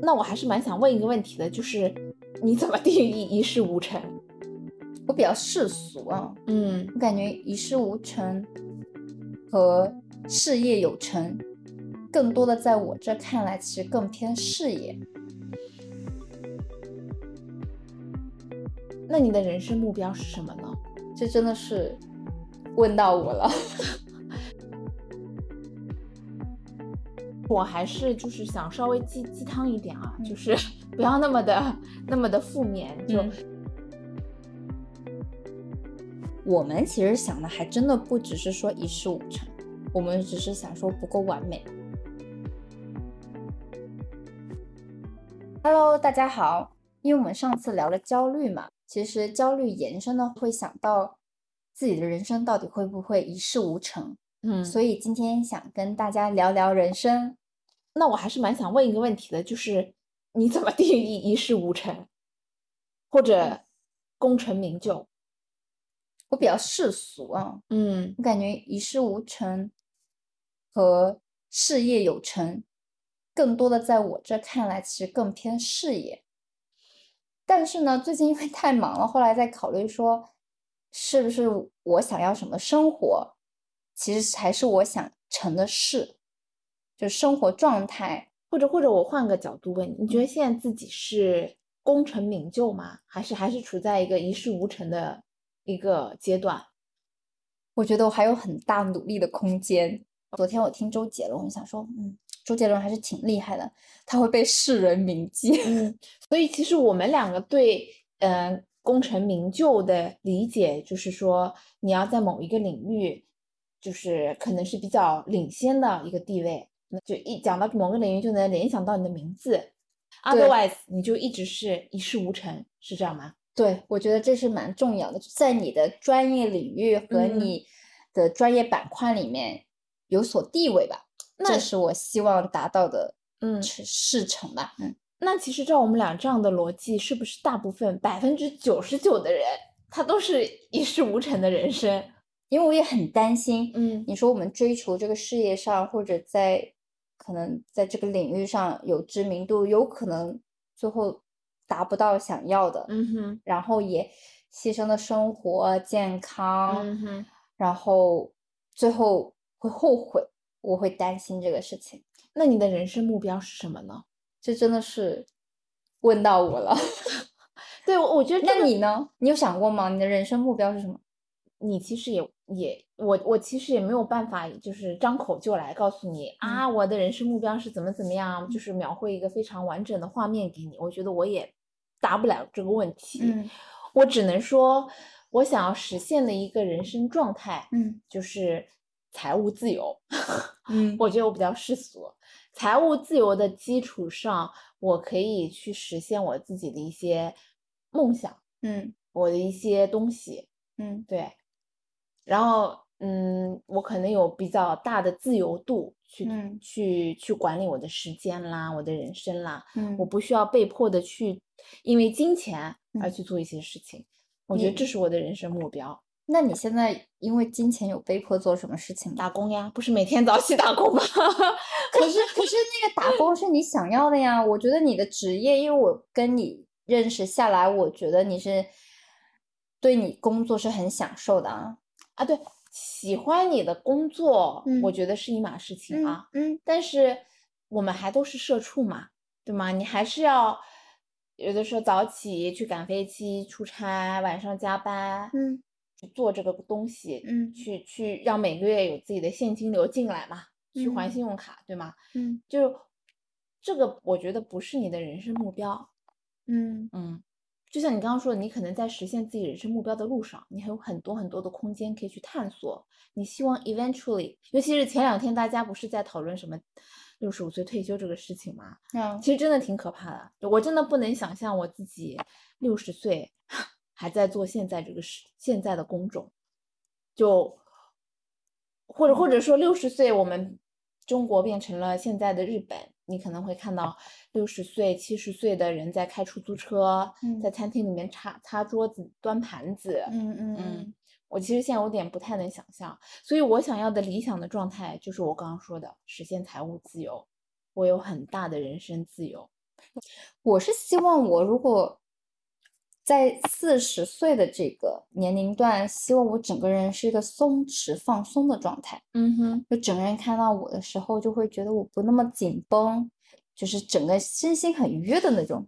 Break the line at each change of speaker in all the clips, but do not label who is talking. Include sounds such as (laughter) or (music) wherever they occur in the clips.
那我还是蛮想问一个问题的，就是你怎么定义一事无成？
我比较世俗啊，
嗯
我感觉一事无成和事业有成，更多的在我这看来，其实更偏事业。，
那你的人生目标是什么呢？
这真的是问到我了。
我还是就是想稍微鸡鸡汤一点啊，
嗯
就是不要那么的那么的负面，就
就、我们其实想的还真的不只是说一事无成，我们只是想说不够完美。Hello，大家好，因为我们上次聊了焦虑嘛，其实焦虑延伸呢会想到自己的人生到底会不会一事无成，
嗯
所以今天想跟大家聊聊人生。
那我还是蛮想问一个问题的，就是你怎么定义一事无成，或
嗯
者功成名就？
我比较世俗啊，
嗯
我感觉一事无成和事业有成，更多的在我这看来，其实更偏事业。但是呢，最近因为太忙了，后来在考虑说，是不是我想要什么生活，其实才是我想成的事，就生活状态。
或者或者我换个角度问你，你
嗯
觉得现在自己是功成名就吗？还是还是处在一个一事无成的一个阶段？
我觉得我还有很大努力的空间。昨天我听周杰伦，我想说，嗯，周杰伦还是挺厉害的，他会被世人铭记。
嗯，所以其实我们两个对嗯、呃功成名就的理解，就是说你要在某一个领域，就是可能是比较领先的一个地位，那就一讲到某个领域就能联想到你的名字
对
，otherwise 你就一直是一事无成，是这样吗？
对，我觉得这是蛮重要的，就在你的专业领域和
嗯
你的专业板块里面有所地位吧，
那
这是我希望达到的
嗯
事事成吧。嗯，
那其实照我们俩这样的逻辑，是不是大部分百分之九十九的人，他都是一事无成的人生？
因为我也很担心，
(laughs) 嗯
你说我们追求这个事业上，或者在可能在这个领域上有知名度，有可能最后达不到想要的，
嗯哼
然后也牺牲了生活健康，
嗯哼。
然后最后会后悔，我会担心这个事情。
那你的人生目标是什么呢？
这真的是问到我了。 (laughs)
对，我我觉得这
那
个
你呢？你有想过吗？你的人生目标是什么？
你其实也也我我其实也没有办法，就是张口就来告诉你啊，我的人生目标是怎么怎么样，就是描绘一个非常完整的画面给你。我觉得我也答不了这个问题，
嗯
我只能说，我想要实现的一个人生状态
嗯
就是财务自由。 (laughs)
嗯
我觉得我比较世俗，财务自由的基础上，我可以去实现我自己的一些梦想，
嗯
我的一些东西。
嗯
对，然后嗯，我可能有比较大的自由度去、
嗯
去去管理我的时间啦，我的人生啦，
嗯
我不需要被迫的去因为金钱而
嗯
去做一些事情。我觉得
你
这是我的人生目标。
那你现在因为金钱有被迫做什么事情吗？
打工呀，不是每天早起打工吗？
可是可是那个打工是你想要的呀。我觉得你的职业，因为我跟你认识下来，我觉得你是对你工作是很享受的啊。
啊，对，喜欢你的工作，我
嗯
觉得是一码事情啊。
嗯
但是我们还都是社畜嘛，对吗？你还是要有的时候早起去赶飞机、出差，晚上加班
嗯
去做这个东西，
嗯
去去让每个月有自己的现金流进来嘛，去还
嗯
信用卡，对吗？
嗯
就这个，我觉得不是你的人生目标。
嗯
嗯，就像你刚刚说的，你可能在实现自己人生目标的路上，你还有很多很多的空间可以去探索。你希望 eventually，尤其是前两天大家不是在讨论什么六十五岁退休这个事情吗？
嗯，
其实真的挺可怕的，我真的不能想象我自己六十岁 (laughs) 还在做现在这个事，现在的工种，就或者或
嗯
者说六十岁我们中国变成了现在的日本，你可能会看到六十岁、七十岁的人在开出租车，
嗯
在餐厅里面擦擦桌子、端盘子，
嗯嗯
嗯
嗯，
我其实现在有点不太能想象，所以我想要的理想的状态就是我刚刚说的，实现财务自由，我有很大的人生自由，
我是希望我如果在四十岁的这个年龄段，希望我整个人是一个松弛放松的状态，
嗯哼，
就整个人看到我的时候，就会觉得我不那么紧绷，就是整个身心很愉悦的那种。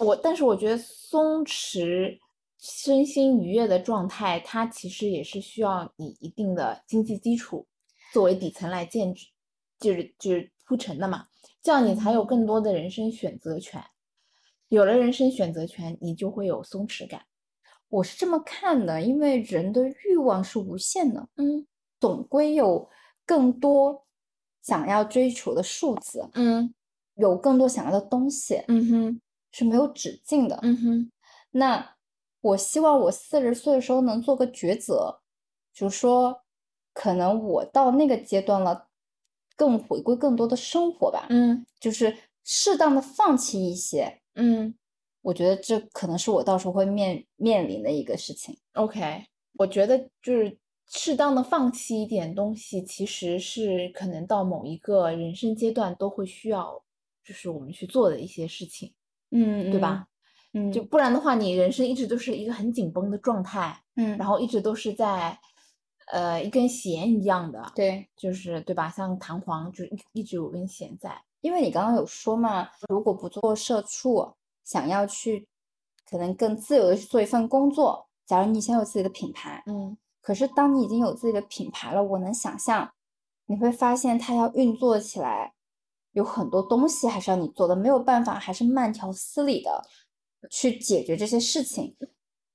我但是我觉得松弛、身心愉悦的状态，它其实也是需要你一定的经济基础作为底层来建制，就是就是铺陈的嘛，这样你才有更多的人生选择权。有了人生选择权，你就会有松弛感。
我是这么看的，因为人的欲望是无限的，
嗯
总归有更多想要追求的数字，
嗯
有更多想要的东西
嗯哼
是没有止境的。
嗯哼
那我希望我四十岁的时候能做个抉择，就是说，可能我到那个阶段了，更回归更多的生活吧，
嗯
就是适当的放弃一些。
嗯
我觉得这可能是我到时候会面面临的一个事情。
，OK，我觉得就是适当的放弃一点东西，其实是可能到某一个人生阶段都会需要，就是我们去做的一些事情，
嗯
对吧？？
嗯，
就不然的话，你人生一直都是一个很紧绷的状态，
嗯，
然后一直都是在，呃，一根弦一样的，
对，
就是对吧？像弹簧就一一直有根弦在，
因为你刚刚有说嘛，如果不做社畜，想要去可能更自由的去做一份工作，假如你想有自己的品牌，
嗯
可是当你已经有自己的品牌了，我能想象，你会发现它要运作起来，有很多东西还是要你做的，没有办法，还是慢条斯理的去解决这些事情。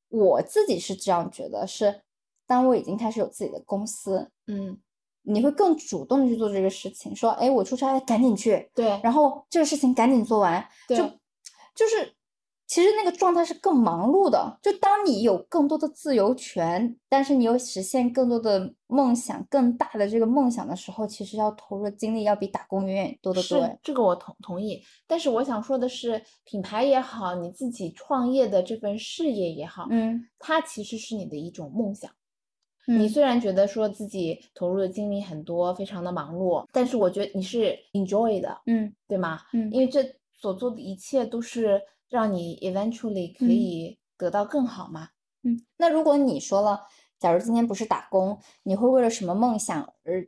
我自己是这样觉得，是当我已经开始有自己的公司，
嗯，
你会更主动的去做这个事情，说，哎，我出差赶紧去，
对
然后这个事情赶紧做完，就
对
就是其实那个状态是更忙碌的。就当你有更多的自由权，但是你又实现更多的梦想、更大的这个梦想的时候，其实要投入的精力要比打工远远多得多
是
诶。
这个我同同意，但是我想说的是，品牌也好，你自己创业的这份事业也好，
嗯，
它其实是你的一种梦想。你
你
虽然觉得说自己投入的精力很多，非常的忙碌，但是我觉得你是 enjoy 的，
嗯
对吗？
嗯
因为这所做的一切都是让你 eventually 可
嗯
以得到更好嘛。
嗯，那如果你说了，假如今天不是打工，你会为了什么梦想而，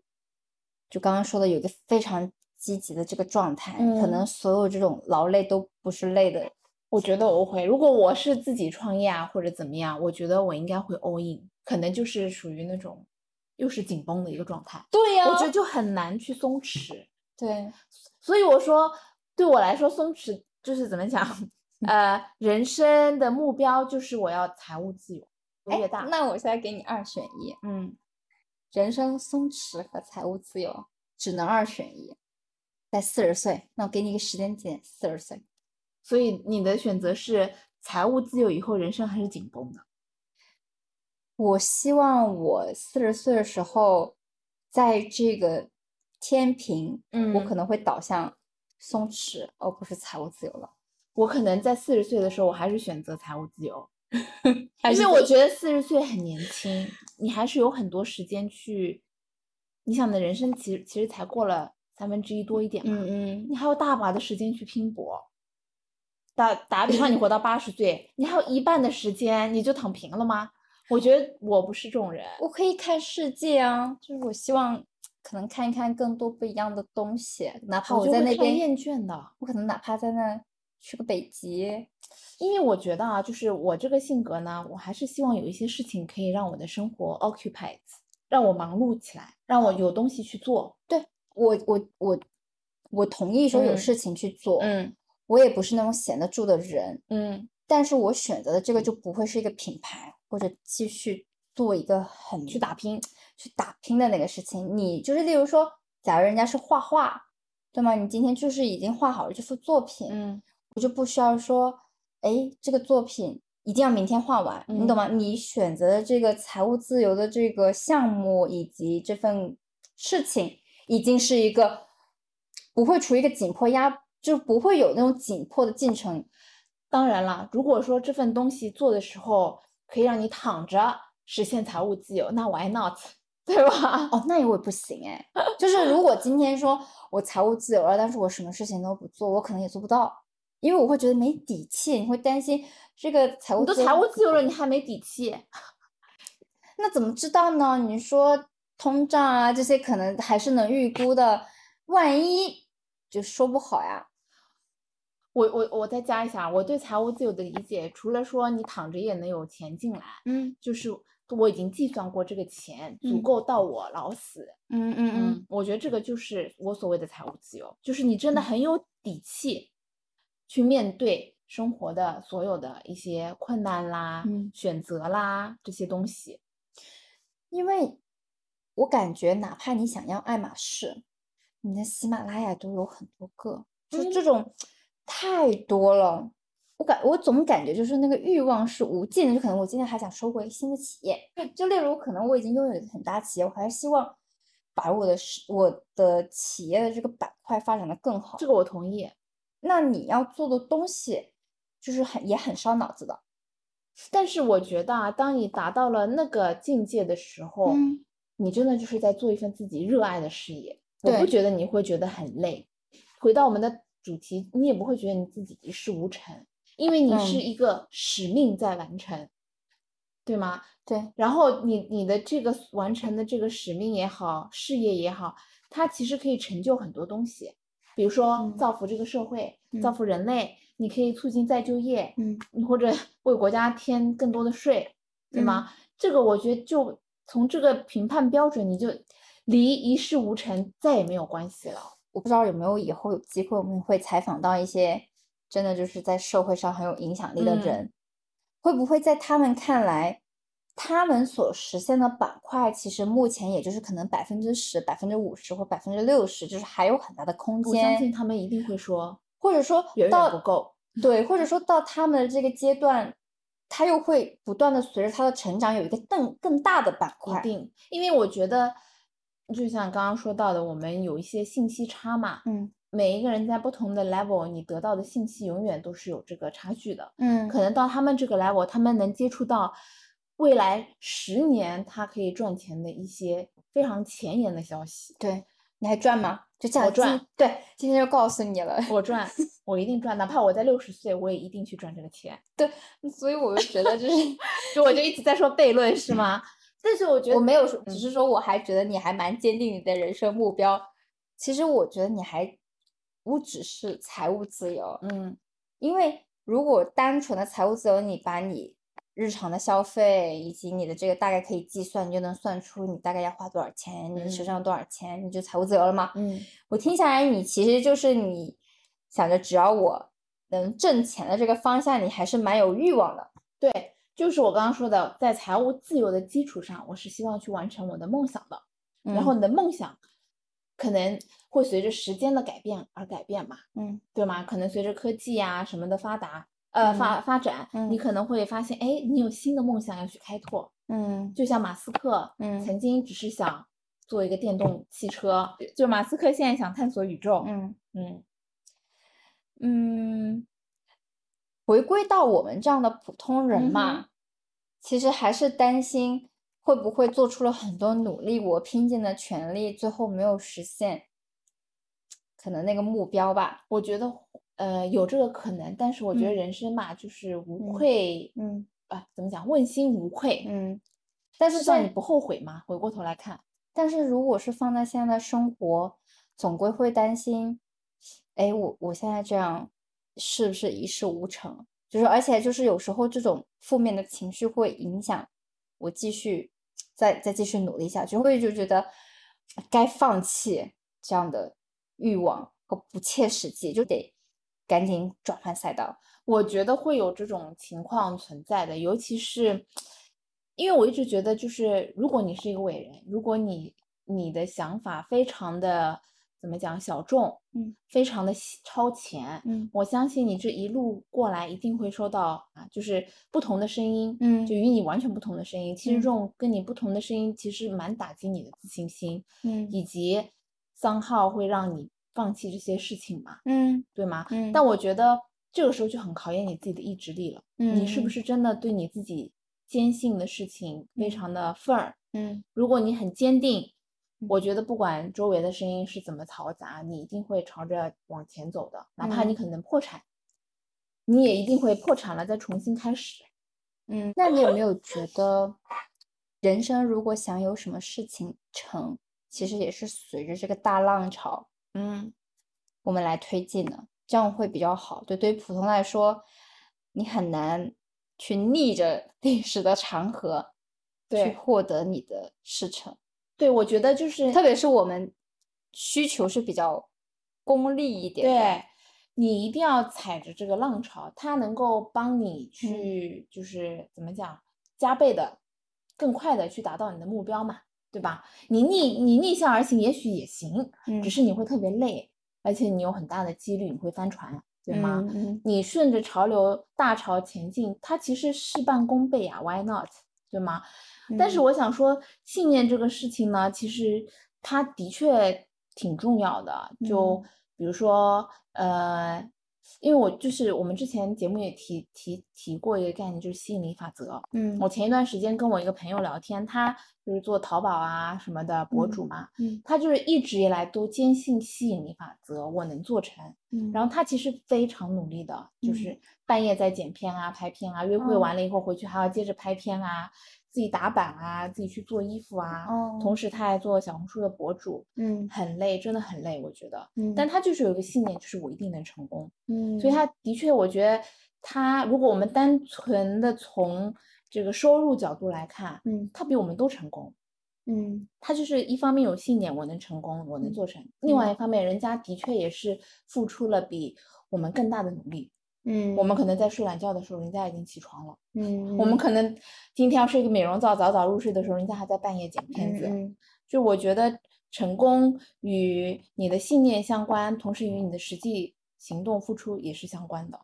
就刚刚说的有一个非常积极的这个状态，可
嗯
能所有这种劳累都不是累的。
我觉得我会，如果我是自己创业啊或者怎么样，我觉得我应该会 all in，可能就是属于那种又是紧绷的一个状态，
对呀
我觉得就很难去松弛。
对，
所以我说，对我来说，松弛就是怎么
(laughs)
讲？
嗯
呃，人生的目标就是我要财务自由，
哎
越，大。
那我现在给你二选一，
嗯，
人生松弛和财务自由只能二选一，在四十岁，那我给你一个时间点，四十岁。
所以你的选择是财务自由以后，人生还是紧绷的。
我希望我四十岁的时候，在这个天平，我
嗯
可能会导向松弛，而不是财务自由了。
我可能在四十岁的时候，我还是选择财务自由，
还
因
是
为我
自
觉得四十岁很年轻，你还是有很多时间去，你想你的人生其实其实才过了三分之一多一点嘛，
嗯嗯，
你还有大把的时间去拼搏。打打比方，你活到八十岁，你还有一半的时间，你就躺平了吗？我觉得我不是这种人。
我可以看世界啊，就是我希望可能看一看更多不一样的东西，哪怕
我就
在
会
那
看
边
厌倦的，
我可能哪怕在那去个北极，
因为我觉得啊，就是我这个性格呢，我还是希望有一些事情可以让我的生活 occupied，让我忙碌起来，让我有东西去做。
我我我我同意说有
嗯
事情去做，
嗯
我也不是那种闲得住的人，
嗯
但是我选择的这个就不会是一个品牌，或者继续做一个很
去打拼。
去打拼的那个事情。你就是例如说，假如人家是画画，对吗？你今天就是已经画好了这幅作品，
嗯
我就不需要说，哎，这个作品一定要明天画完，你
嗯
懂吗？你选择的这个财务自由的这个项目以及这份事情，已经是一个不会处于一个紧迫压，就不会有那种紧迫的进程。
当然啦，如果说这份东西做的时候可以让你躺着实现财务自由，那 why not？对吧？
哦，那也我也不行
(laughs)
哎，就是如果今天说我财务自由了，但是我什么事情都不做，我可能也做不到。因为我会觉得没底气，你会担心这个财务
你都
自由
财务自由了，你还没底气？
那怎么知道呢？你说通胀啊，这些可能还是能预估的，万一就说不好呀。
我我我再加一下，啊我对财务自由的理解，除了说你躺着也能有钱进来，
嗯
就是我已经计算过这个钱足
嗯
够到我老死。
嗯嗯嗯，，
我觉得这个就是我所谓的财务自由，就是你真的
嗯
很有底气去面对生活的所有的一些困难啦、
嗯
选择啦这些东西。
因为我感觉哪怕你想要爱马仕，你的喜马拉雅都有很多个，就这种太多了。我感我总感觉就是那个欲望是无尽的，就可能我今天还想收购一个新的企业，就例如可能我已经拥有一个很大企业，我还是希望把我的事我的企业的这个板块发展的更好
这。个我同意，
那你要做的东西就是很也很烧脑子的，
但是我觉得啊，当你达到了那个境界的时候，
嗯
你真的就是在做一份自己热爱的事业。我不
对
觉得你会觉得很累。回到我们的主题，你也不会觉得你自己一事无成，因为你是
嗯
一个使命在完成，对吗？
对，
然后你你的这个完成的这个使命也好，事业也好，它其实可以成就很多东西，比如说
嗯
造福这个社会，造
嗯
福人类，你可以促进再就业，
嗯
你或者为国家添更多的税，对吗？这个我觉得就从这个评判标准，你就离一事无成再也没有关系了。
我不知道有没有以后有机会，我们会采访到一些真的就是在社会上很有影响力的
嗯
人，会不会在他们看来，他们所实现的板块，其实目前也就是可能百分之十、百分之五十或百分之六十，就是还有很大的空
我相信
间，
他们一定会说
或者说
远远
到
不够。
对，或者说到他们的这个阶段，他又会不断的随着他的成长有一个更更大的板
一
块，
定，因为我觉得，就像刚刚说到的，我们有一些信息差嘛，
嗯
每一个人在不同的 level，你得到的信息永远都是有这个差距的。
嗯
可能到他们这个 level，他们能接触到未来十年他可以赚钱的一些非常前沿的消息。
对，你还赚吗？就这样
我
今
赚，
对，今天就告诉你了。 (laughs)
我赚，我一定赚，哪怕我在六十岁，我也一定去赚这个钱。
所以我就觉得，就是 (laughs)
就我就一直在说悖论，是吗？但是我觉
我
得
没有说，
嗯
只是说我还觉得你还蛮坚定你的人生目标。其实我觉得你还不只是财务自由，
嗯，
因为如果单纯的财务自由，你把你日常的消费以及你的这个大概可以计算，你就能算出你大概要花多少钱，你的手
嗯
上有多少钱，你就财务自由了嘛。
嗯，
我听下来，你其实就是你想着只要我能挣钱的这个方向，你还是蛮有欲望的。
对，就是我刚刚说的，在财务自由的基础上，我是希望去完成我的梦想的。然
嗯
后你的梦想可能会随着时间的改变而改变嘛，
嗯，嗯，
对吗？可能随着科技呀、什么的发达，呃，发发展，你
嗯
可能会发现，哎，你有新的梦想要去开拓。
嗯
就像马斯克
嗯
曾经只是想做一个电动汽车，就马斯克现在想探索宇宙。
嗯
嗯
嗯，回归到我们这样的普通
嗯
人
哼
嘛，其实还是担心会不会做出了很多努力，我拼尽了全力，最后没有实现，可能那个目标吧。
我觉得呃有这个可能，但是我觉得
嗯
人生嘛，就是无
嗯
愧
嗯
啊，怎么讲？问心无愧，
嗯，但是
至少
在
你不后悔嘛？回过头来看，
但是如果是放在现在的生活，总归会担心，哎，我我现在这样是不是一事无成？就是而且就是有时候这种负面的情绪会影响我继续再再继续努力下去，会就觉得该放弃这样的欲望和不切实际，就得赶紧转换赛道。
我觉得会有这种情况存在的，尤其是因为我一直觉得，就是如果你是一个伟人，如果你你的想法非常的怎么讲小众，
嗯，
非常的超前，
嗯
我相信你这一路过来一定会收到啊，就是不同的声音，
嗯
就与你完全不同的声音。其实
嗯
这种跟你不同的声音，其实蛮打击你的自信心，
嗯
以及丧号会让你放弃这些事情嘛，
嗯
对吗？
嗯
但我觉得这个时候就很考验你自己的意志力了，你是不
嗯
是真的对你自己坚信的事情非
嗯
常的份儿？
嗯
如果你很坚定，我
嗯
觉得不管周围的声音是怎么嘈杂，你一定会朝着往前走的，哪怕你
嗯
可能破产，你也一定会破产了，再重新开始。
嗯，那你有 (laughs) 没有觉得，人生如果想有什么事情成，其实也是随着这个大浪潮，
嗯，
我们来推进的，这样会比较好。对，对于普通来说，你很难去逆着 (laughs) 历史的长河，去
对
获得你的事成。
对，我觉得就是
特别是我们需求是比较功利一点的，
对，你一定要踩着这个浪潮，它能够帮你
嗯
去，就是怎么讲，加倍的、更快的去达到你的目标嘛，对吧？你逆你逆向而行，也许也行，
嗯，
只是你会特别累，而且你有很大的几率你会翻船，对吗？
嗯嗯
你顺着潮流大潮前进，它其实事半功倍啊，Why not？对吗？但是
嗯
我想说，信念这个事情呢，其实它的确挺重要的。就
嗯
比如说，呃，因为我就是我们之前节目也提提提过一个概念，就是吸引力法则。
嗯
我前一段时间跟我一个朋友聊天，他就是做淘宝啊什么的博
嗯
主嘛，
嗯
他就是一直以来都坚信吸引力法则，我能做成。
嗯，
然后他其实非常努力的，就
嗯
是半夜在剪片啊、拍片啊，约会
哦
完了以后回去还要接着拍片啊，自己打版啊，自己去做衣服啊。
哦
同时他还做小红书的博主，
嗯
很累，真的很累，我觉得。
嗯，
但他就是有一个信念，就是我一定能成功。
嗯，
所以他的确，我觉得他如果我们单纯的从这个收入角度来看，
嗯
他比我们都成功。
嗯
他就是一方面有信念，我能成功，我能
嗯
做成；另外
嗯
一方面，人家的确也是付出了比我们更大的努力。
嗯，
我们可能在睡懒觉的时候，人家已经起床了；
嗯
我们
嗯
可能今天要睡个美容觉，早早入睡的时候，人家还在半夜剪片子。啊
嗯
就我觉得，成功与你的信念相关，同时与你的实际行动付出也是相关的。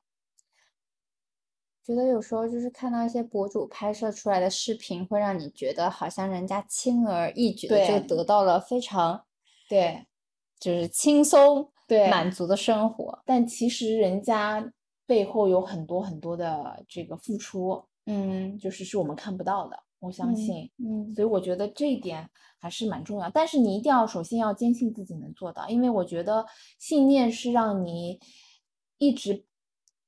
觉得有时候就是看到一些博主拍摄出来的视频，会让你觉得好像人家轻而易举的就
对
得到了非常
对
就是轻松
对，
满足的生活。
但其实人家背后有很多很多的这个付出。
嗯，
就是是我们看不到的，我相
嗯
信。
嗯
所以我觉得这一点还是蛮重要，但是你一定要首先要坚信自己能做到，因为我觉得信念是让你一直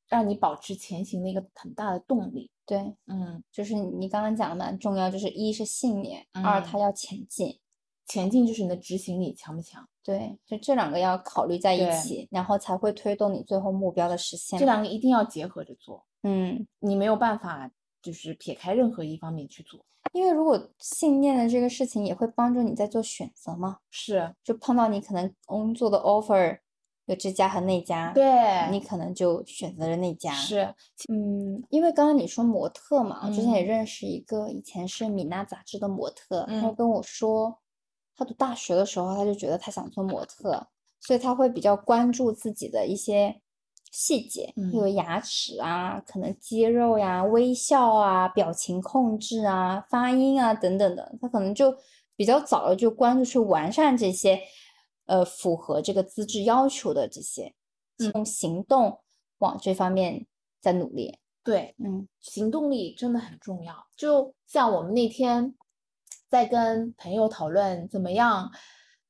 让你保持前行的一个很大的动力。
对，
嗯，
就是你刚刚讲的蛮重要，就是一是信念，二它
嗯
要前进。
前进就是你的执行力强不强，
对，就这两个要考虑在一
对
起，然后才会推动你最后目标的实现
这
嘛。
两个一定要结合着做，
嗯，
你没有办法就是撇开任何一方面去做。
因为如果信念的这个事情也会帮助你在做选择嘛，
是
就碰到你可能工作的 offer 有这家和那家，
对，
你可能就选择了那家。，
是
嗯，因为刚刚你说模特嘛，我之前也
嗯
认识一个以前是米娜杂志的模特，她就
嗯
跟我说，她读大学的时候，她就觉得她想做模特，所以她会比较关注自己的一些细节，例如
嗯
牙齿啊，可能肌肉呀、微笑啊、表情控制啊、发音啊等等的，她可能就比较早的就关注去完善这些，呃，符合这个资质要求的这些，用行动往这方面在努力。
对，
嗯
行动力真的很重要。就像我们那天在跟朋友讨论怎么样，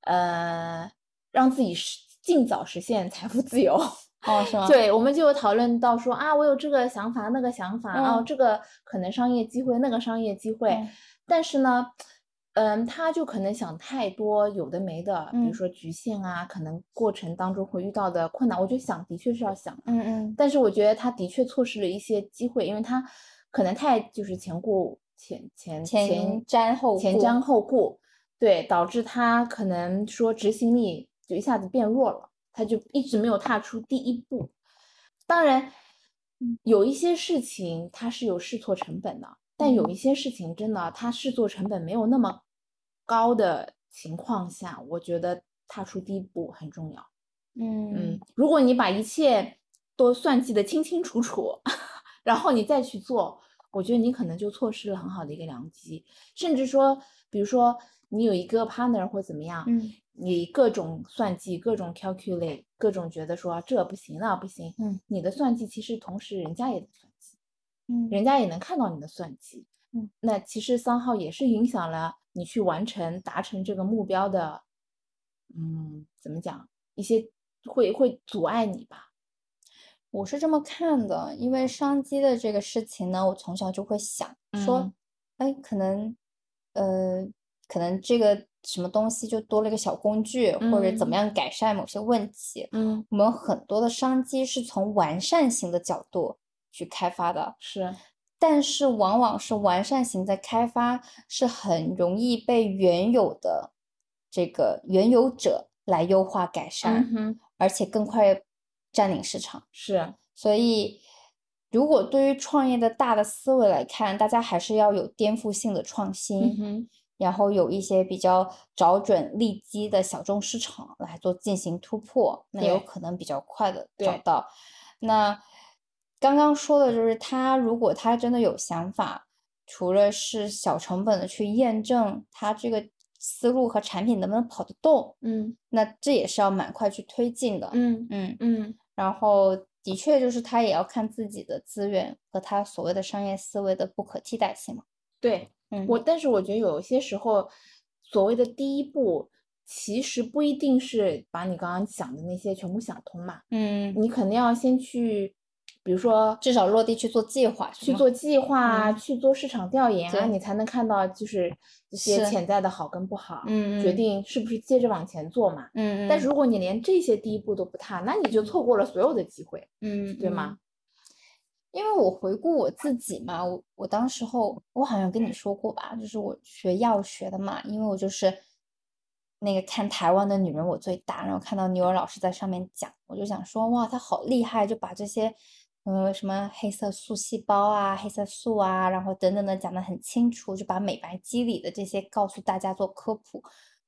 呃，让自己实尽早实现财富自由。 (laughs)
哦，是吗？，
对，我们就有讨论到说啊，我有这个想法，那个想法，哦
嗯，
这个可能商业机会，那个商业机会。
嗯
但是呢，嗯，他就可能想太多，有的没的，比
嗯
如说局限啊，可能过程当中会遇到的困难，我觉得想的确是要想的。
嗯嗯
但是我觉得他的确错失了一些机会，因为他可能太就是前顾前前
前瞻后
前
顾
瞻后顾，对，导致他可能说执行力就一下子变弱了，他就一直没有踏出第一步。当然，
嗯
有一些事情它是有试错成本的，但有
嗯
一些事情真的它试错成本没有那么高的情况下，我觉得踏出第一步很重要。嗯
嗯，
如果你把一切都算计的清清楚楚， (laughs) 然后你再去做，我觉得你可能就错失了很好的一个良机，甚至说，比如说你有一个 partner 或怎么样，
嗯
你各种算计、各种 calculate、各种觉得说啊这不行那不行，
嗯，
你的算计其实同时人家也在算计，
嗯
人家也能看到你的算计，
嗯，
那其实三号也是影响了你去完成达成这个目标的，嗯，怎么讲，一些会会阻碍你吧，
我是这么看的，因为商机的这个事情呢，我从小就会想说
嗯，
哎，可能，呃，可能这个什么东西就多了一个小工具，或者怎
嗯
么样改善某些问题。
嗯，
我们很多的商机是从完善型的角度去开发的，
是，
但是往往是完善型的开发是很容易被原有的这个原有者来优化改善，
嗯哼，
而且更快占领市场。
是，
所以，如果对于创业的大的思维来看，大家还是要有颠覆性的创新，
嗯哼，
然后有一些比较找准利基的小众市场来做进行突破，那有
对
可能比较快的找
对
到。那刚刚说的就是他，如果他真的有想法，除了是小成本的去验证他这个思路和产品能不能跑得动，
嗯
那这也是要蛮快去推进的。
嗯
嗯，
嗯，
然后的确就是他也要看自己的资源和他所谓的商业思维的不可替代性嘛。
对
嗯，
我，但是我觉得有些时候，所谓的第一步，其实不一定是把你刚刚想的那些全部想通嘛，
嗯，
你肯定要先去，比如说
至少落地去做计划是
去
吗，
做计划啊，
嗯
去做市场调研啊，
对
你才能看到就是这些
是
潜在的好跟不好，
嗯，
决
嗯，
定是不是接着往前做嘛。
嗯，
但
嗯
是如果你连这些第一步都不踏，那你就错过了所有的机会，
嗯，
对吗
嗯？因为我回顾我自己嘛，我我当时候我好像跟你说过吧，就是我学药学的嘛，因为我就是那个看台湾的女人我最大，然后看到牛尔老师在上面讲，我就想说哇，她好厉害，就把这些嗯什么黑色素细胞啊、黑色素啊，然后等等的讲得很清楚，就把美白机理的这些告诉大家做科普，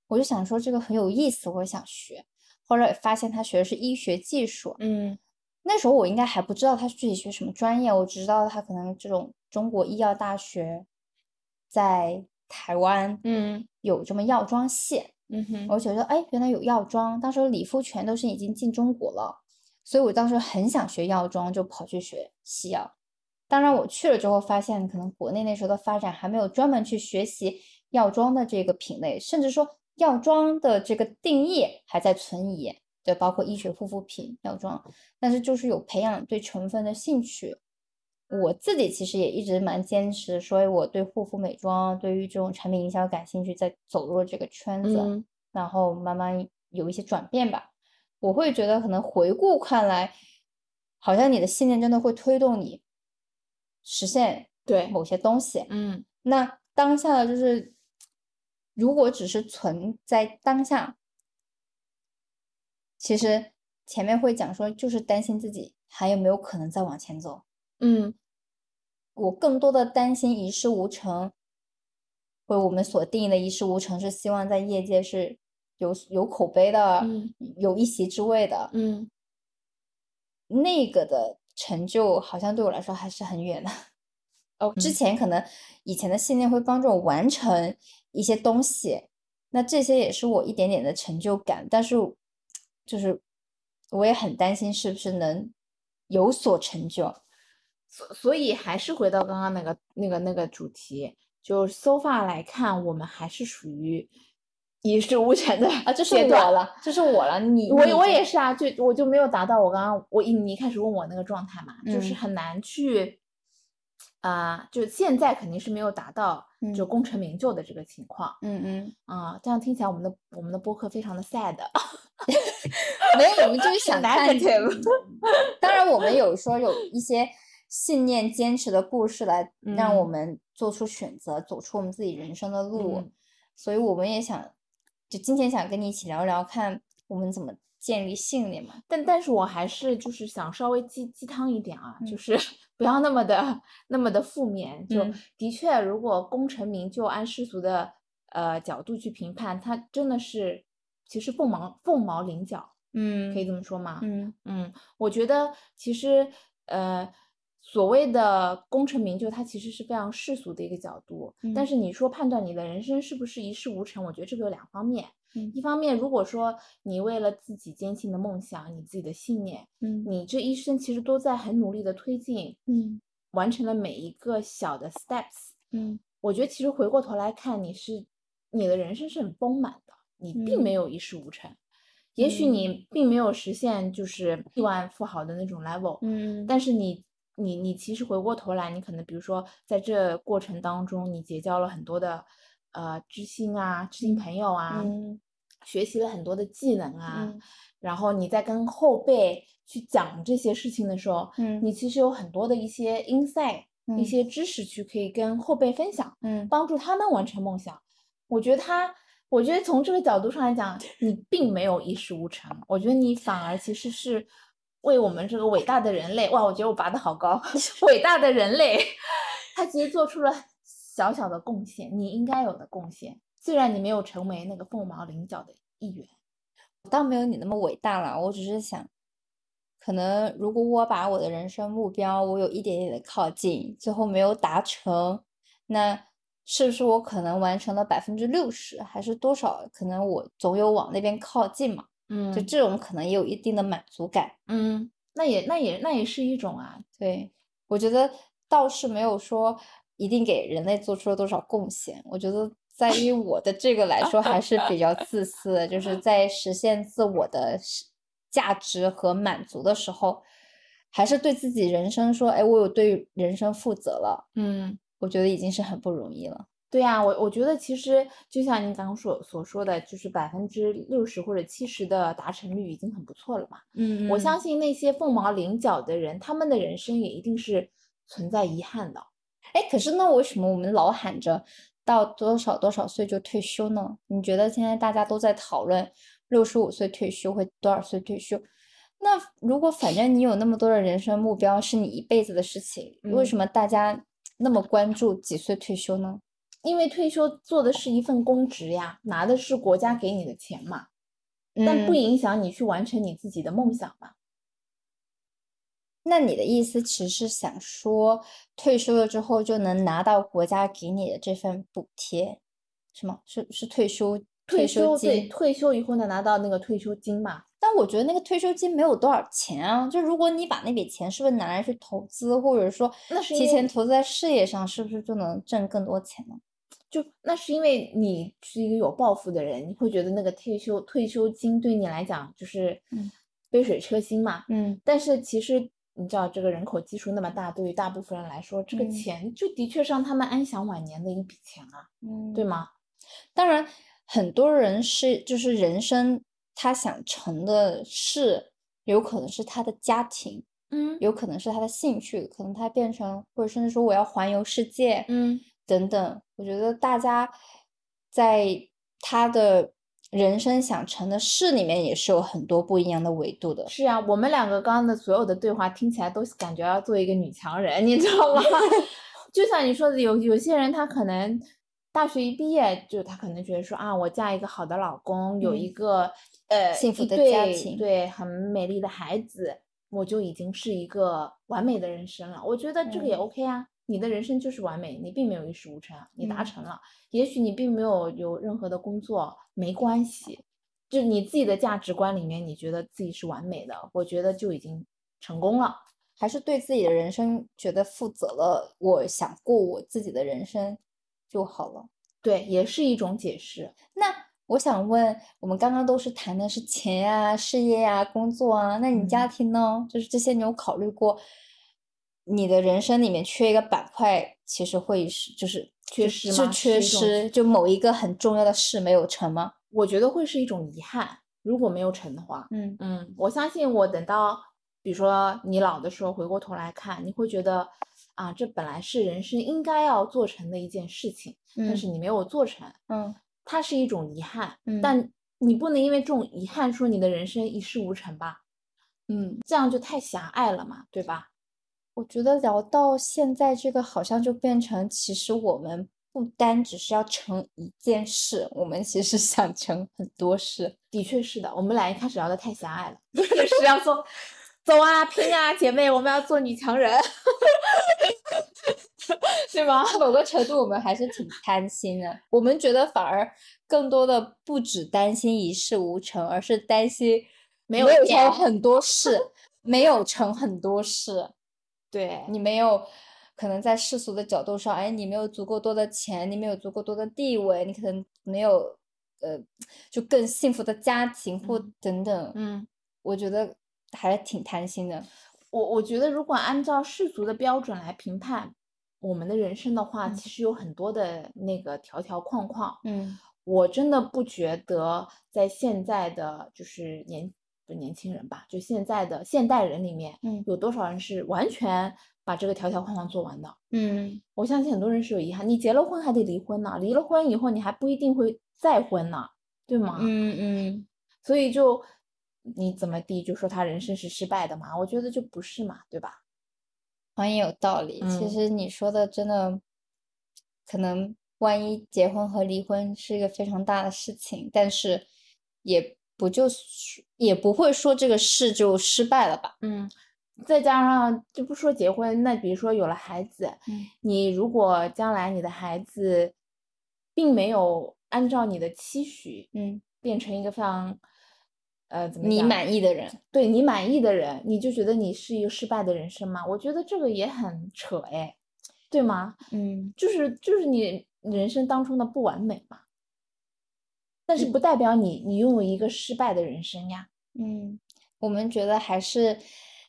我就想说这个很有意思，我也想学。后来发现她学的是医学技术，
嗯
那时候我应该还不知道他具体学什么专业，我只知道他可能这种中国医药大学在台湾
嗯
有这么药妆系，
嗯哼，
我觉得哎，原来有药妆，当时理肤泉都是已经进中国了，所以我当时很想学药妆，就跑去学西药。当然，我去了之后发现，可能国内那时候的发展还没有专门去学习药妆的这个品类，甚至说药妆的这个定义还在存疑。对，包括医学护肤品、药妆，但是就是有培养对成分的兴趣。我自己其实也一直蛮坚持，所以我对护肤美妆、对于这种产品营销感兴趣，在走入了这个圈子。
嗯
然后慢慢有一些转变吧。我会觉得可能回顾看来，好像你的信念真的会推动你实现
对，
某些东西。
嗯
那当下的就是，如果只是存在当下，其实前面会讲说，就是担心自己还有没有可能再往前走。
嗯
我更多的担心一事无成，或者我们所定义的一事无成，是希望在业界是有有口碑的，
嗯
有一席之位的。
嗯，
那个的成就好像对我来说还是很远的。
哦，
之前可能以前的信念会帮助我完成一些东西，那这些也是我一点点的成就感，但是就是我也很担心是不是能有所成就。
所所以还是回到刚刚那个那个那个主题，就 so far 来看，我们还是属于一事无成的
啊，这是
阶
我
段。
了，这是我了，你
我
你
我
这
也是啊，就我就没有达到我刚刚我一你一开始问我那个状态嘛，就是
嗯
很难去，啊、就现在肯定是没有达到就
嗯
功成名就的这个情况
嗯嗯，
啊、这样听起来我们的我们的播客非常的 sad， (laughs)
没有，我们 (laughs) 就是想看。
negative
(laughs) 当然，我们有说有一些信念坚持的故事来让我
嗯
们做出选择，走出我们自己人生的路。
嗯
所以我们也想，就今天想跟你一起聊一聊，看我们怎么建立信念嘛。
但但是我还是就是想稍微鸡鸡汤一点啊，就
嗯
是不要那么的那么的负面。就
嗯
的确，如果功成名就，按世俗的呃角度去评判，它真的是其实凤毛凤毛麟角，
嗯
可以这么说吗？
嗯
嗯，我觉得其实呃，所谓的功成名就，它其实是非常世俗的一个角度。但
嗯
是你说判断你的人生是不是一事无成，我觉得这个有两方面。
嗯
一方面，如果说你为了自己坚信的梦想，你自己的信念，
嗯
你这一生其实都在很努力的推进，
嗯
完成了每一个小的 steps。
嗯
我觉得其实回过头来看，你是你的人生是很丰满的，你并没有一事无成。也许
嗯
你并没有实现就是亿万富豪的那种 level，
嗯
但是你你你其实回过头来，你可能比如说在这过程当中，你结交了很多的呃知心啊、知心朋友啊，
嗯
学习了很多的技能啊，
嗯
然后你在跟后辈去讲这些事情的时候，
嗯
你其实有很多的一些 insight、一
嗯
些知识去可以跟后辈分享，
嗯
帮助他们完成梦想。我觉得他，我觉得从这个角度上来讲，你并没有一事无成，我觉得你反而其实是为我们这个伟大的人类，哇，我觉得我拔得好高， (laughs) 伟大的人类，他其实做出了小小的贡献，你应该有的贡献，虽然你没有成为那个凤毛麟角的一员。
我倒没有你那么伟大啦，我只是想，可能如果我把我的人生目标，我有一点点的靠近，最后没有达成，那是不是我可能完成了百分之六十，还是多少？可能我总有往那边靠近嘛，
嗯
就这种可能也有一定的满足感。
嗯，那也那也那也是一种啊，
对，我觉得倒是没有说一定给人类做出了多少贡献。我觉得在于我的这个来说，还是比较自私的，就是在实现自我的是价值和满足的时候，还是对自己人生说，哎，我有对人生负责了，
嗯。
我觉得已经是很不容易了。
对呀、我我觉得其实就像您刚刚所所说的，就是百分之六十或者七十的达成率已经很不错了嘛。
嗯
我相信那些凤毛麟角的人，他们的人生也一定是存在遗憾的。
哎，可是那为什么我们老喊着到多少多少岁就退休呢？你觉得现在大家都在讨论六十五岁退休会多少岁退休？那如果反正你有那么多的人生目标，是你一辈子的事情，
嗯
为什么大家那么关注几岁退休呢？
因为退休做的是一份公职呀，拿的是国家给你的钱嘛，但不
嗯，
影响你去完成你自己的梦想嘛。
那你的意思其实是想说，退休了之后就能拿到国家给你的这份补贴，是吗？是是退休
退休
休
对，
金？
退休以后呢，拿到那个退休金嘛。
但我觉得那个退休金没有多少钱啊，就如果你把那笔钱是不是拿来去投资，或者说
那是因
提
为
前投资在事业上，是不是就能挣更多钱呢？
就那是因为你是一个有抱负的人，你会觉得那个退休退休金对你来讲就是
嗯
杯水车薪嘛。
嗯
但是其实你知道，这个人口基数那么大，对于大部分人来说，这个
嗯
钱就的确让他们安享晚年的一笔钱啊，
嗯
对？吗？
当然，很多人是就是人生他想成的事，有可能是他的家庭，
嗯
有可能是他的兴趣，可能他变成或者甚至说我要环游世界，
嗯
等等，我觉得大家在他的人生想成的事里面也是有很多不一样的维度的。
是啊，我们两个刚刚的所有的对话听起来都是感觉要做一个女强人，你知道
(laughs)
吗？就像你说的，有有些人他可能大学一毕业，就他可能觉得说啊，我嫁一个好的老公，有一
嗯
个呃
幸福
一
的家
对
庭
对，很美丽的孩子，我就已经是一个完美的人生了。我觉得这个也
嗯
OK 啊。你的人生就是完美，你并没有一事无成啊，你达
嗯
成了。也许你并没有有任何的工作，没关系，就你自己的价值观里面，你觉得自己是完美的，我觉得就已经成功了。
还是对自己的人生觉得负责了，我想过我自己的人生就好了。
对，也是一种解释。
那我想问，我们刚刚都是谈的是钱呀、事业呀、工作啊，那你家
嗯
庭呢？就是这些，你有考虑过？你的人生里面缺一个板块，其实会是就是
缺
就
失
是
吗
缺
是一种
失，就某一个很重要的事没有成吗？
我觉得会是一种遗憾，如果没有成的话。
嗯
嗯，我相信我等到，比如说你老的时候，回过头来看，你会觉得，啊，这本来是人生应该要做成的一件事情，但
嗯
是你没有做成，
嗯
它是一种遗憾。
嗯
但你不能因为这种遗憾说你的人生一事无成吧，
嗯，
这样就太狭隘了嘛，对吧？
我觉得聊到现在这个，好像就变成其实我们不单只是要成一件事，我们其实 (laughs) 想成很多事。
的确是的，我们俩一开始聊的太狭
(laughs)
隘了，就是要说，走啊，拼啊，姐妹，我们要做女强人， (laughs) 是吗？
某个程度，我们还是挺贪心的。我们觉得反而更多的不只担心一事无成，而是担心
没
有
有
成
钱
很多事，没有成很多事，
对，
你没有。可能在世俗的角度上，哎，你没有足够多的钱，你没有足够多的地位，你可能没有呃就更幸福的家庭或
嗯
等等，
嗯，
我觉得还挺贪心的。
我我觉得如果按照世俗的标准来评判我们的人生的话，
嗯
其实有很多的那个条条框框。
嗯
我真的不觉得在现在的就是年不是年轻人吧，就现在的现代人里面，
嗯
有多少人是完全把这个条条框框做完的？
嗯
我相信很多人是有遗憾，你结了婚还得离婚呢，离了婚以后你还不一定会再婚呢，对吗？
嗯嗯
所以就你怎么地就说他人生是失败的嘛？我觉得就不是嘛，对吧？
好像也有道理。
嗯
其实你说的真的，可能万一结婚和离婚是一个非常大的事情，但是也不就是也不会说这个事就失败了吧？
嗯，再加上就不说结婚，那比如说有了孩子，
嗯
你如果将来你的孩子并没有按照你的期许
嗯，
变成一个非常呃怎么
你
讲
满意的人，
对你满意的人，你就觉得你是一个失败的人生吗？我觉得这个也很扯哎，对吗？
嗯
就是就是你人生当中的不完美嘛，但是不代表你你拥有一个失败的人生呀。
嗯，我们觉得还是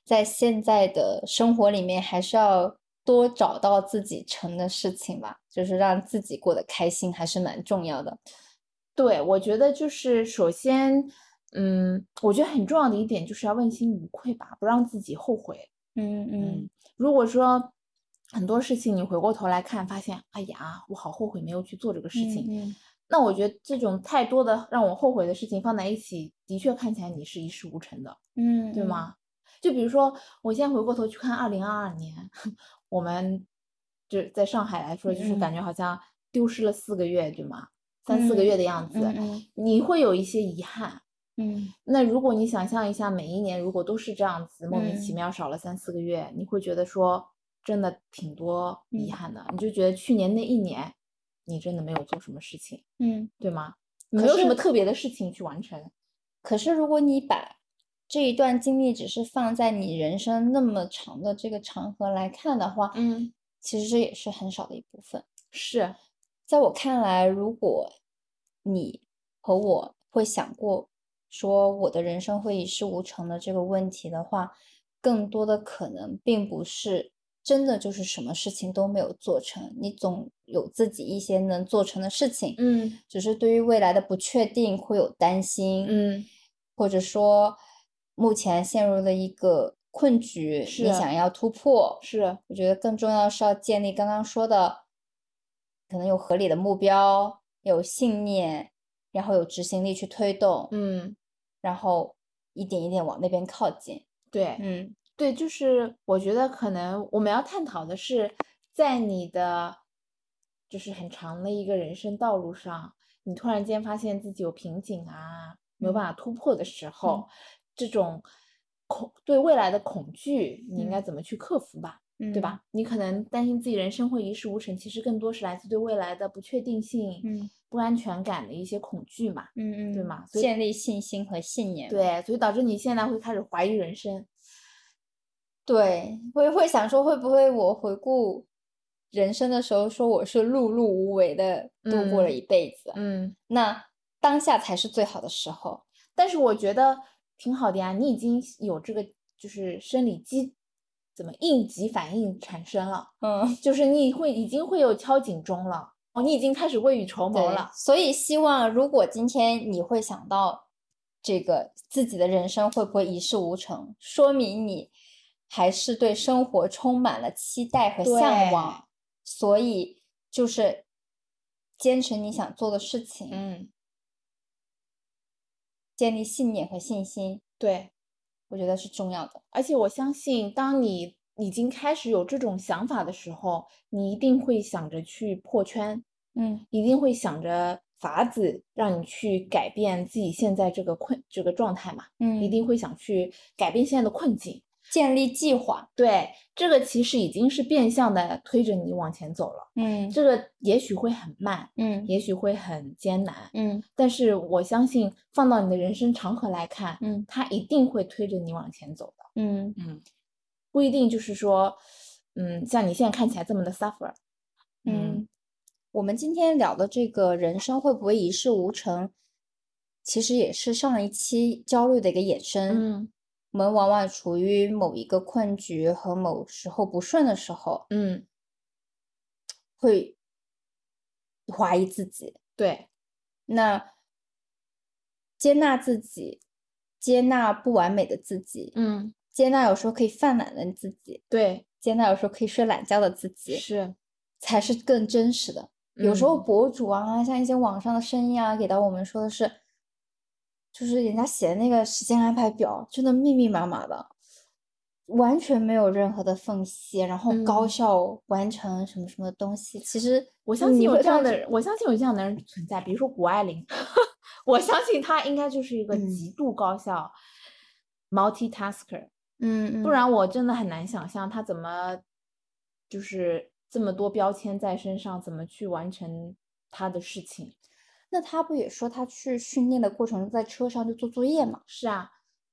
在现在的生活里面，还是要多找到自己成的事情吧，就是让自己过得开心，还是蛮重要的。
对，我觉得就是首先，嗯，我觉得很重要的一点就是要问心无愧吧，不让自己后悔。
嗯嗯。
嗯，如果说很多事情你回过头来看，发现哎呀，我好后悔没有去做这个事情，
嗯
那我觉得这种太多的让我后悔的事情放在一起，的确看起来你是一事无成的，
嗯，
对
嗯？
吗？就比如说，我现在回过头去看二零二二年， (laughs) 我们就在上海来说，就是感
嗯
觉好像丢失了四个月，对吗？三四个
嗯
月的样子，
嗯
你会有一些遗憾。
嗯
那如果你想象一下，每一年如果都是这样子，莫名其
嗯
妙少了三四个月，你会觉得说真的挺多遗
嗯
憾的，你就觉得去年那一年你真的没有做什么事情。
嗯。
对吗？
可
没有什么
是
特别的事情去完成。
可是如果你把这一段经历只是放在你人生那么长的这个长河来看的话，
嗯，
其实这也是很少的一部分。
是，
在我看来，如果你和我会想过说我的人生会一事无成的这个问题的话，更多的可能并不是真的就是什么事情都没有做成，你总有自己一些能做成的事情，
嗯
只是对于未来的不确定会有担心，，
嗯
或者说目前陷入了一个困局，
是啊
你想要突破，
是，
我觉得更重要是要建立刚刚说的，可能有合理的目标，有信念，然后有执行力去推动，
嗯
然后一点一点往那边靠近。
对
嗯
对，就是我觉得可能我们要探讨的是，在你的就是很长的一个人生道路上，你突然间发现自己有瓶颈啊，没
嗯
有办法突破的时候，这种恐对未来的恐惧，你应该
嗯
怎么去克服吧？
嗯，
对？吧？你可能担心自己人生会一事无成，其实更多是来自对未来的不确定性、
嗯
不安全感的一些恐惧嘛。
嗯嗯，
对吗所以
建立信心和信念。
对，所以导致你现在会开始怀疑人生。
对，会会想说会不会我回顾人生的时候，说我是碌碌无为的度过了
嗯
一辈子，
嗯，
那当下才是最好的时候。
但是我觉得挺好的呀，你已经有这个就是生理机怎么应急反应产生了，
嗯，
就是你会已经会有敲警钟了，哦，你已经开始未雨绸缪
对
了。
所以希望如果今天你会想到这个自己的人生会不会一事无成，说明你还是对生活充满了期待和向往，所以就是坚持你想做的事情，
嗯，
建立信念和信心，
对，
我觉得是重要的。
而且我相信，当你已经开始有这种想法的时候，你一定会想着去破圈，
嗯
一定会想着法子让你去改变自己现在这个困这个状态嘛，
嗯，
一定会想去改变现在的困境。
建立计划。
对，这个其实已经是变相的推着你往前走了。
嗯
这个也许会很慢，
嗯
也许会很艰难，
嗯
但是我相信放到你的人生长河来看，
嗯
它一定会推着你往前走的。
嗯
嗯，不一定就是说，嗯，像你现在看起来这么的 suffer，嗯
嗯，我们今天聊的这个人生会不会一事无成，其实也是上一期焦虑的一个衍生。
嗯
我们往往处于某一个困局和某时候不顺的时候，
嗯，
会怀疑自己。
对，
那接纳自己，接纳不完美的自己，
嗯
接纳有时候可以犯懒的自己，
对，
接纳有时候可以睡懒觉的自己，
是，
才是更真实的。有时候
嗯
博主啊，像一些网上的声音啊，给到我们说的是，就是人家写的那个时间安排表，真的密密麻麻的，完全没有任何的缝隙，然后高
嗯
效完成什么什么东西。其实嗯
我相信
你
有
会
这样
发
的
觉
人，我相信有这样的人存在，比如说谷爱凌， (laughs) 我相信她应该就是一个
嗯
极度高效、multitasker，
嗯，
不
嗯
然我真的很难想象她怎么就是这么多标签在身上，怎么去完成她的事情。
那他不也说他去训练的过程中在车上就做作业嘛？
是啊，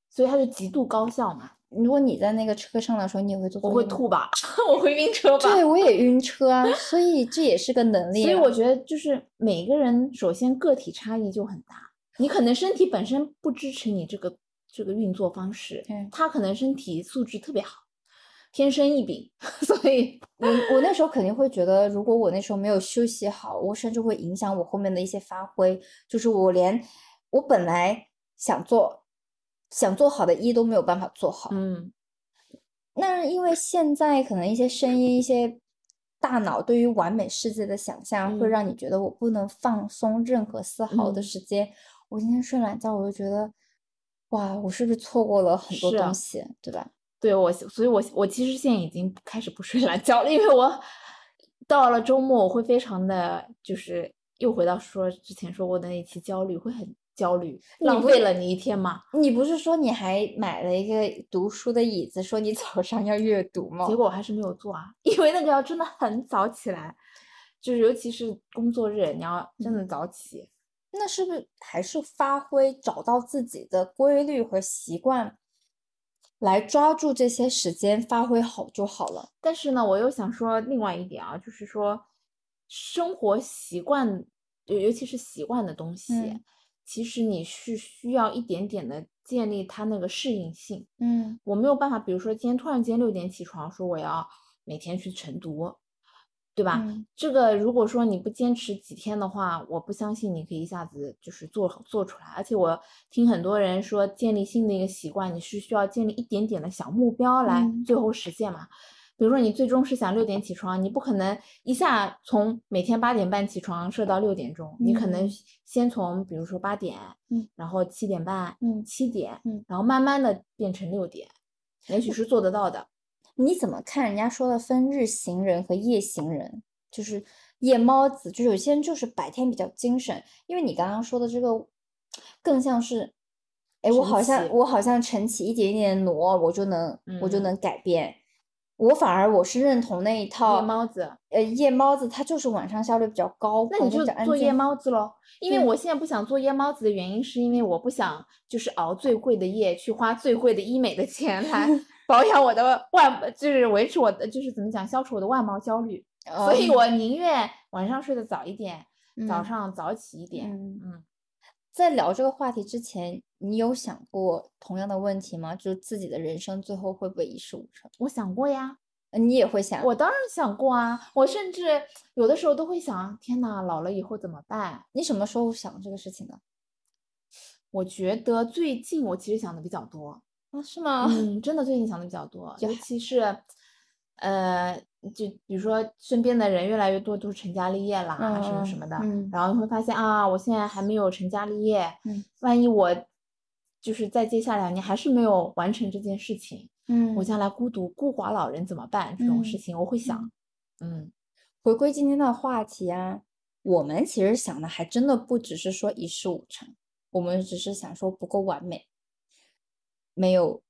所以她就极度高效嘛。
如果你在那个车上的时候，你也会做作
我
业
会
吗。
吐吧， (laughs) 我会晕车吧。
对，
(laughs)
我也晕车啊，所以这也是个能力啊。
所以我觉得就是每个人首先个体差异就很大，你可能身体本身不支持你这个这个运作方式
对，
他可能身体素质特别好，天生异禀，所以
我嗯我那时候肯定会觉得，如果我那时候没有休息好，我甚至会影响我后面的一些发挥。就是我连我本来想做想做好的一都没有办法做好。
嗯
那因为现在可能一些声音、一些大脑对于完美世界的想象，会
嗯
让你觉得我不能放松任何丝毫的
嗯
时间。我今天睡懒觉，我就觉得，哇，我是不是错过了很多
是啊
东西，对吧？
对我，所以我我其实现在已经开始不睡懒觉了，因为我到了周末我会非常的就是又回到说之前说过的那一期焦虑，会很焦虑，
你
浪
不
费
是
了你一天嘛。
你不是说你还买了一个读书的椅子，说你早上要阅读吗
结？果我还是没有做啊， (laughs) 因为那个要真的很早起来，就是尤其是工作日，你要真的早起。
那是不是还是发挥找到自己的规律和习惯，来抓住这些时间，发挥好就好了。
但是呢，我又想说另外一点啊，就是说生活习惯，尤尤其是习惯的东西，
嗯
其实你是需要一点点的建立它那个适应性。
嗯
我没有办法，比如说今天突然间六点起床，说我要每天去晨读，对吧？
嗯
这个如果说你不坚持几天的话，我不相信你可以一下子就是做做出来。而且我听很多人说，建立新的一个习惯，你是需要建立一点点的小目标来
嗯
最后实现嘛。比如说你最终是想六点起床，你不可能一下从每天八点半起床设到六点钟，你可能
嗯
先从比如说八点，
嗯，
然后七点半，
嗯，
七点，
嗯，
然后慢慢的变成六点，也许是做得到的。
你怎么看人家说的分日行人和夜行人？就是夜猫子，就有些人就是白天比较精神，因为你刚刚说的这个，更像是，哎，
晨
我好像
起
我好像晨起一点一点地挪，我就能我就
嗯
能改变。我反而我是认同那一套
夜，猫子，
呃，夜猫子他就是晚上效率比较高，
那你
白天
就
比较安
做夜
静。
猫子喽。因为
对
我现在不想做夜猫子的原因，是因为我不想就是熬最贵的夜，去花最贵的医美的钱
(laughs)
来保养我的外，就是维持我的，就是怎么讲，消除我的外貌焦虑。所以
呃
我宁愿晚上睡得早一点，早
嗯
上早起一点。
嗯
嗯，
在聊这个话题之前，你有想过同样的问题吗？就是自己的人生最后会不会一事无成？
我想过呀，
呃你也会想，
我当然想过啊，我甚至有的时候都会想，天呐，老了以后怎么办？
你什么时候想这个事情的？
我觉得最近我其实想的比较多，
啊，是吗？
嗯，真的最近想的比较多，
就
尤
还
其是，呃，就比如说身边的人越来越多都是成家立业 (laughs) 啦，什么什
嗯
么的，
嗯
然后你会发现啊，我现在还没有成家立业，
嗯
万一我就是在接下来两年还是没有完成这件事情，
嗯
我将来孤独孤寡老人怎么办？这种事
嗯
情我会想，嗯
回归今天的话题啊，我们其实想的还真的不只是说一事无成，我们只是想说不够完美，没有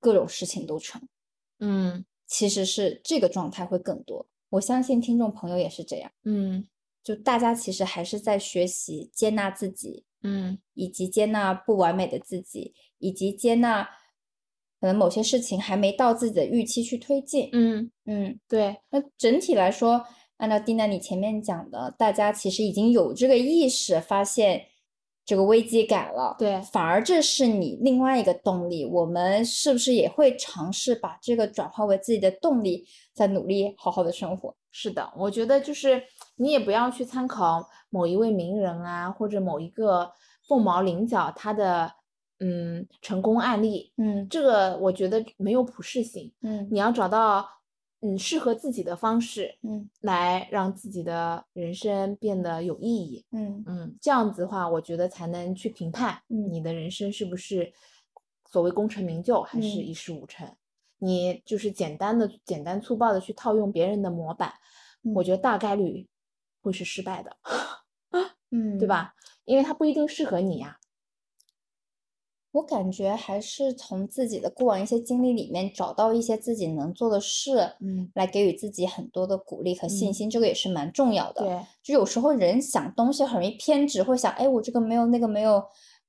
各种事情都成，
嗯
其实是这个状态会更多。我相信听众朋友也是这样，
嗯
就大家其实还是在学习接纳自己，
嗯
以及接纳不完美的自己，以及接纳可能某些事情还没到自己的预期去推进。
嗯，
嗯，
对，
那整体来说，按照蒂娜你前面讲的，大家其实已经有这个意识，发现这个危机感了。
对
反而这是你另外一个动力。我们是不是也会尝试把这个转化为自己的动力，在努力好好的生活？
是的，我觉得就是你也不要去参考某一位名人啊，或者某一个凤毛麟角他的嗯成功案例，
嗯
这个我觉得没有普适性。
嗯
你要找到嗯适合自己的方式，
嗯
来让自己的人生变得有意义。
嗯
嗯，这样子的话，我觉得才能去评判
嗯
你的人生是不是所谓功成名就，还是
嗯
一事无成。你就是简单的、简单粗暴的去套用别人的模板，我
嗯
觉得大概率会是失败的，
嗯，
对？吧？因为它不一定适合你呀、
我感觉还是从自己的过往一些经历里面找到一些自己能做的事，
嗯，
来给予自己很多的鼓励和信
嗯
心，这个也是蛮重要的。
对，
就有时候人想东西很容易偏执，会想，哎，我这个没有，那个没有，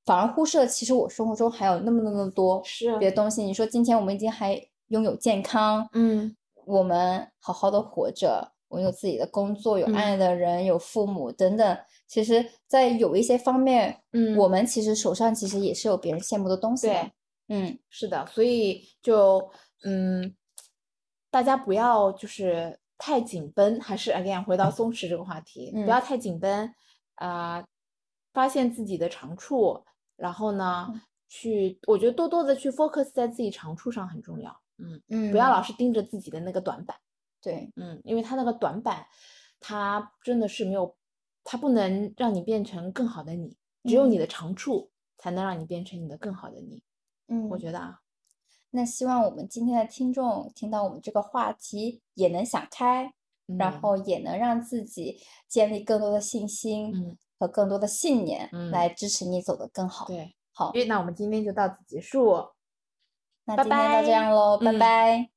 反而忽视了其实我生活中还有那么那么多
是，
别的东西。你说今天我们已经还拥有健康，
嗯，
我们好好的活着，我们有自己的工作，有
嗯
爱的人，有父母等等。其实，在有一些方面，
嗯，
我们其实手上其实也是有别人羡慕的东西的
对。
嗯
是的，所以就嗯，大家不要就是太紧绷，还是 again 回到松弛这个话题，不要
嗯
太紧绷啊、发现自己的长处，然后呢，去我觉得多多的去 focus 在自己长处上很重要，嗯，
嗯，
不要老是盯着自己的那个短板，
对，
嗯，因为它那个短板，它真的是没有，它不能让你变成更好的你，只有你
嗯
的长处才能让你变成你的更好的你，
嗯，
我觉得啊。
那希望我们今天的听众听到我们这个话题也能想开，然
嗯
后也能让自己建立更多的信心
嗯，
和更多的信念，
嗯
来支持你走得更好。
对，
好，
那我们今天就到此结束。
那
拜
今天就
拜
这样喽，拜
嗯
拜。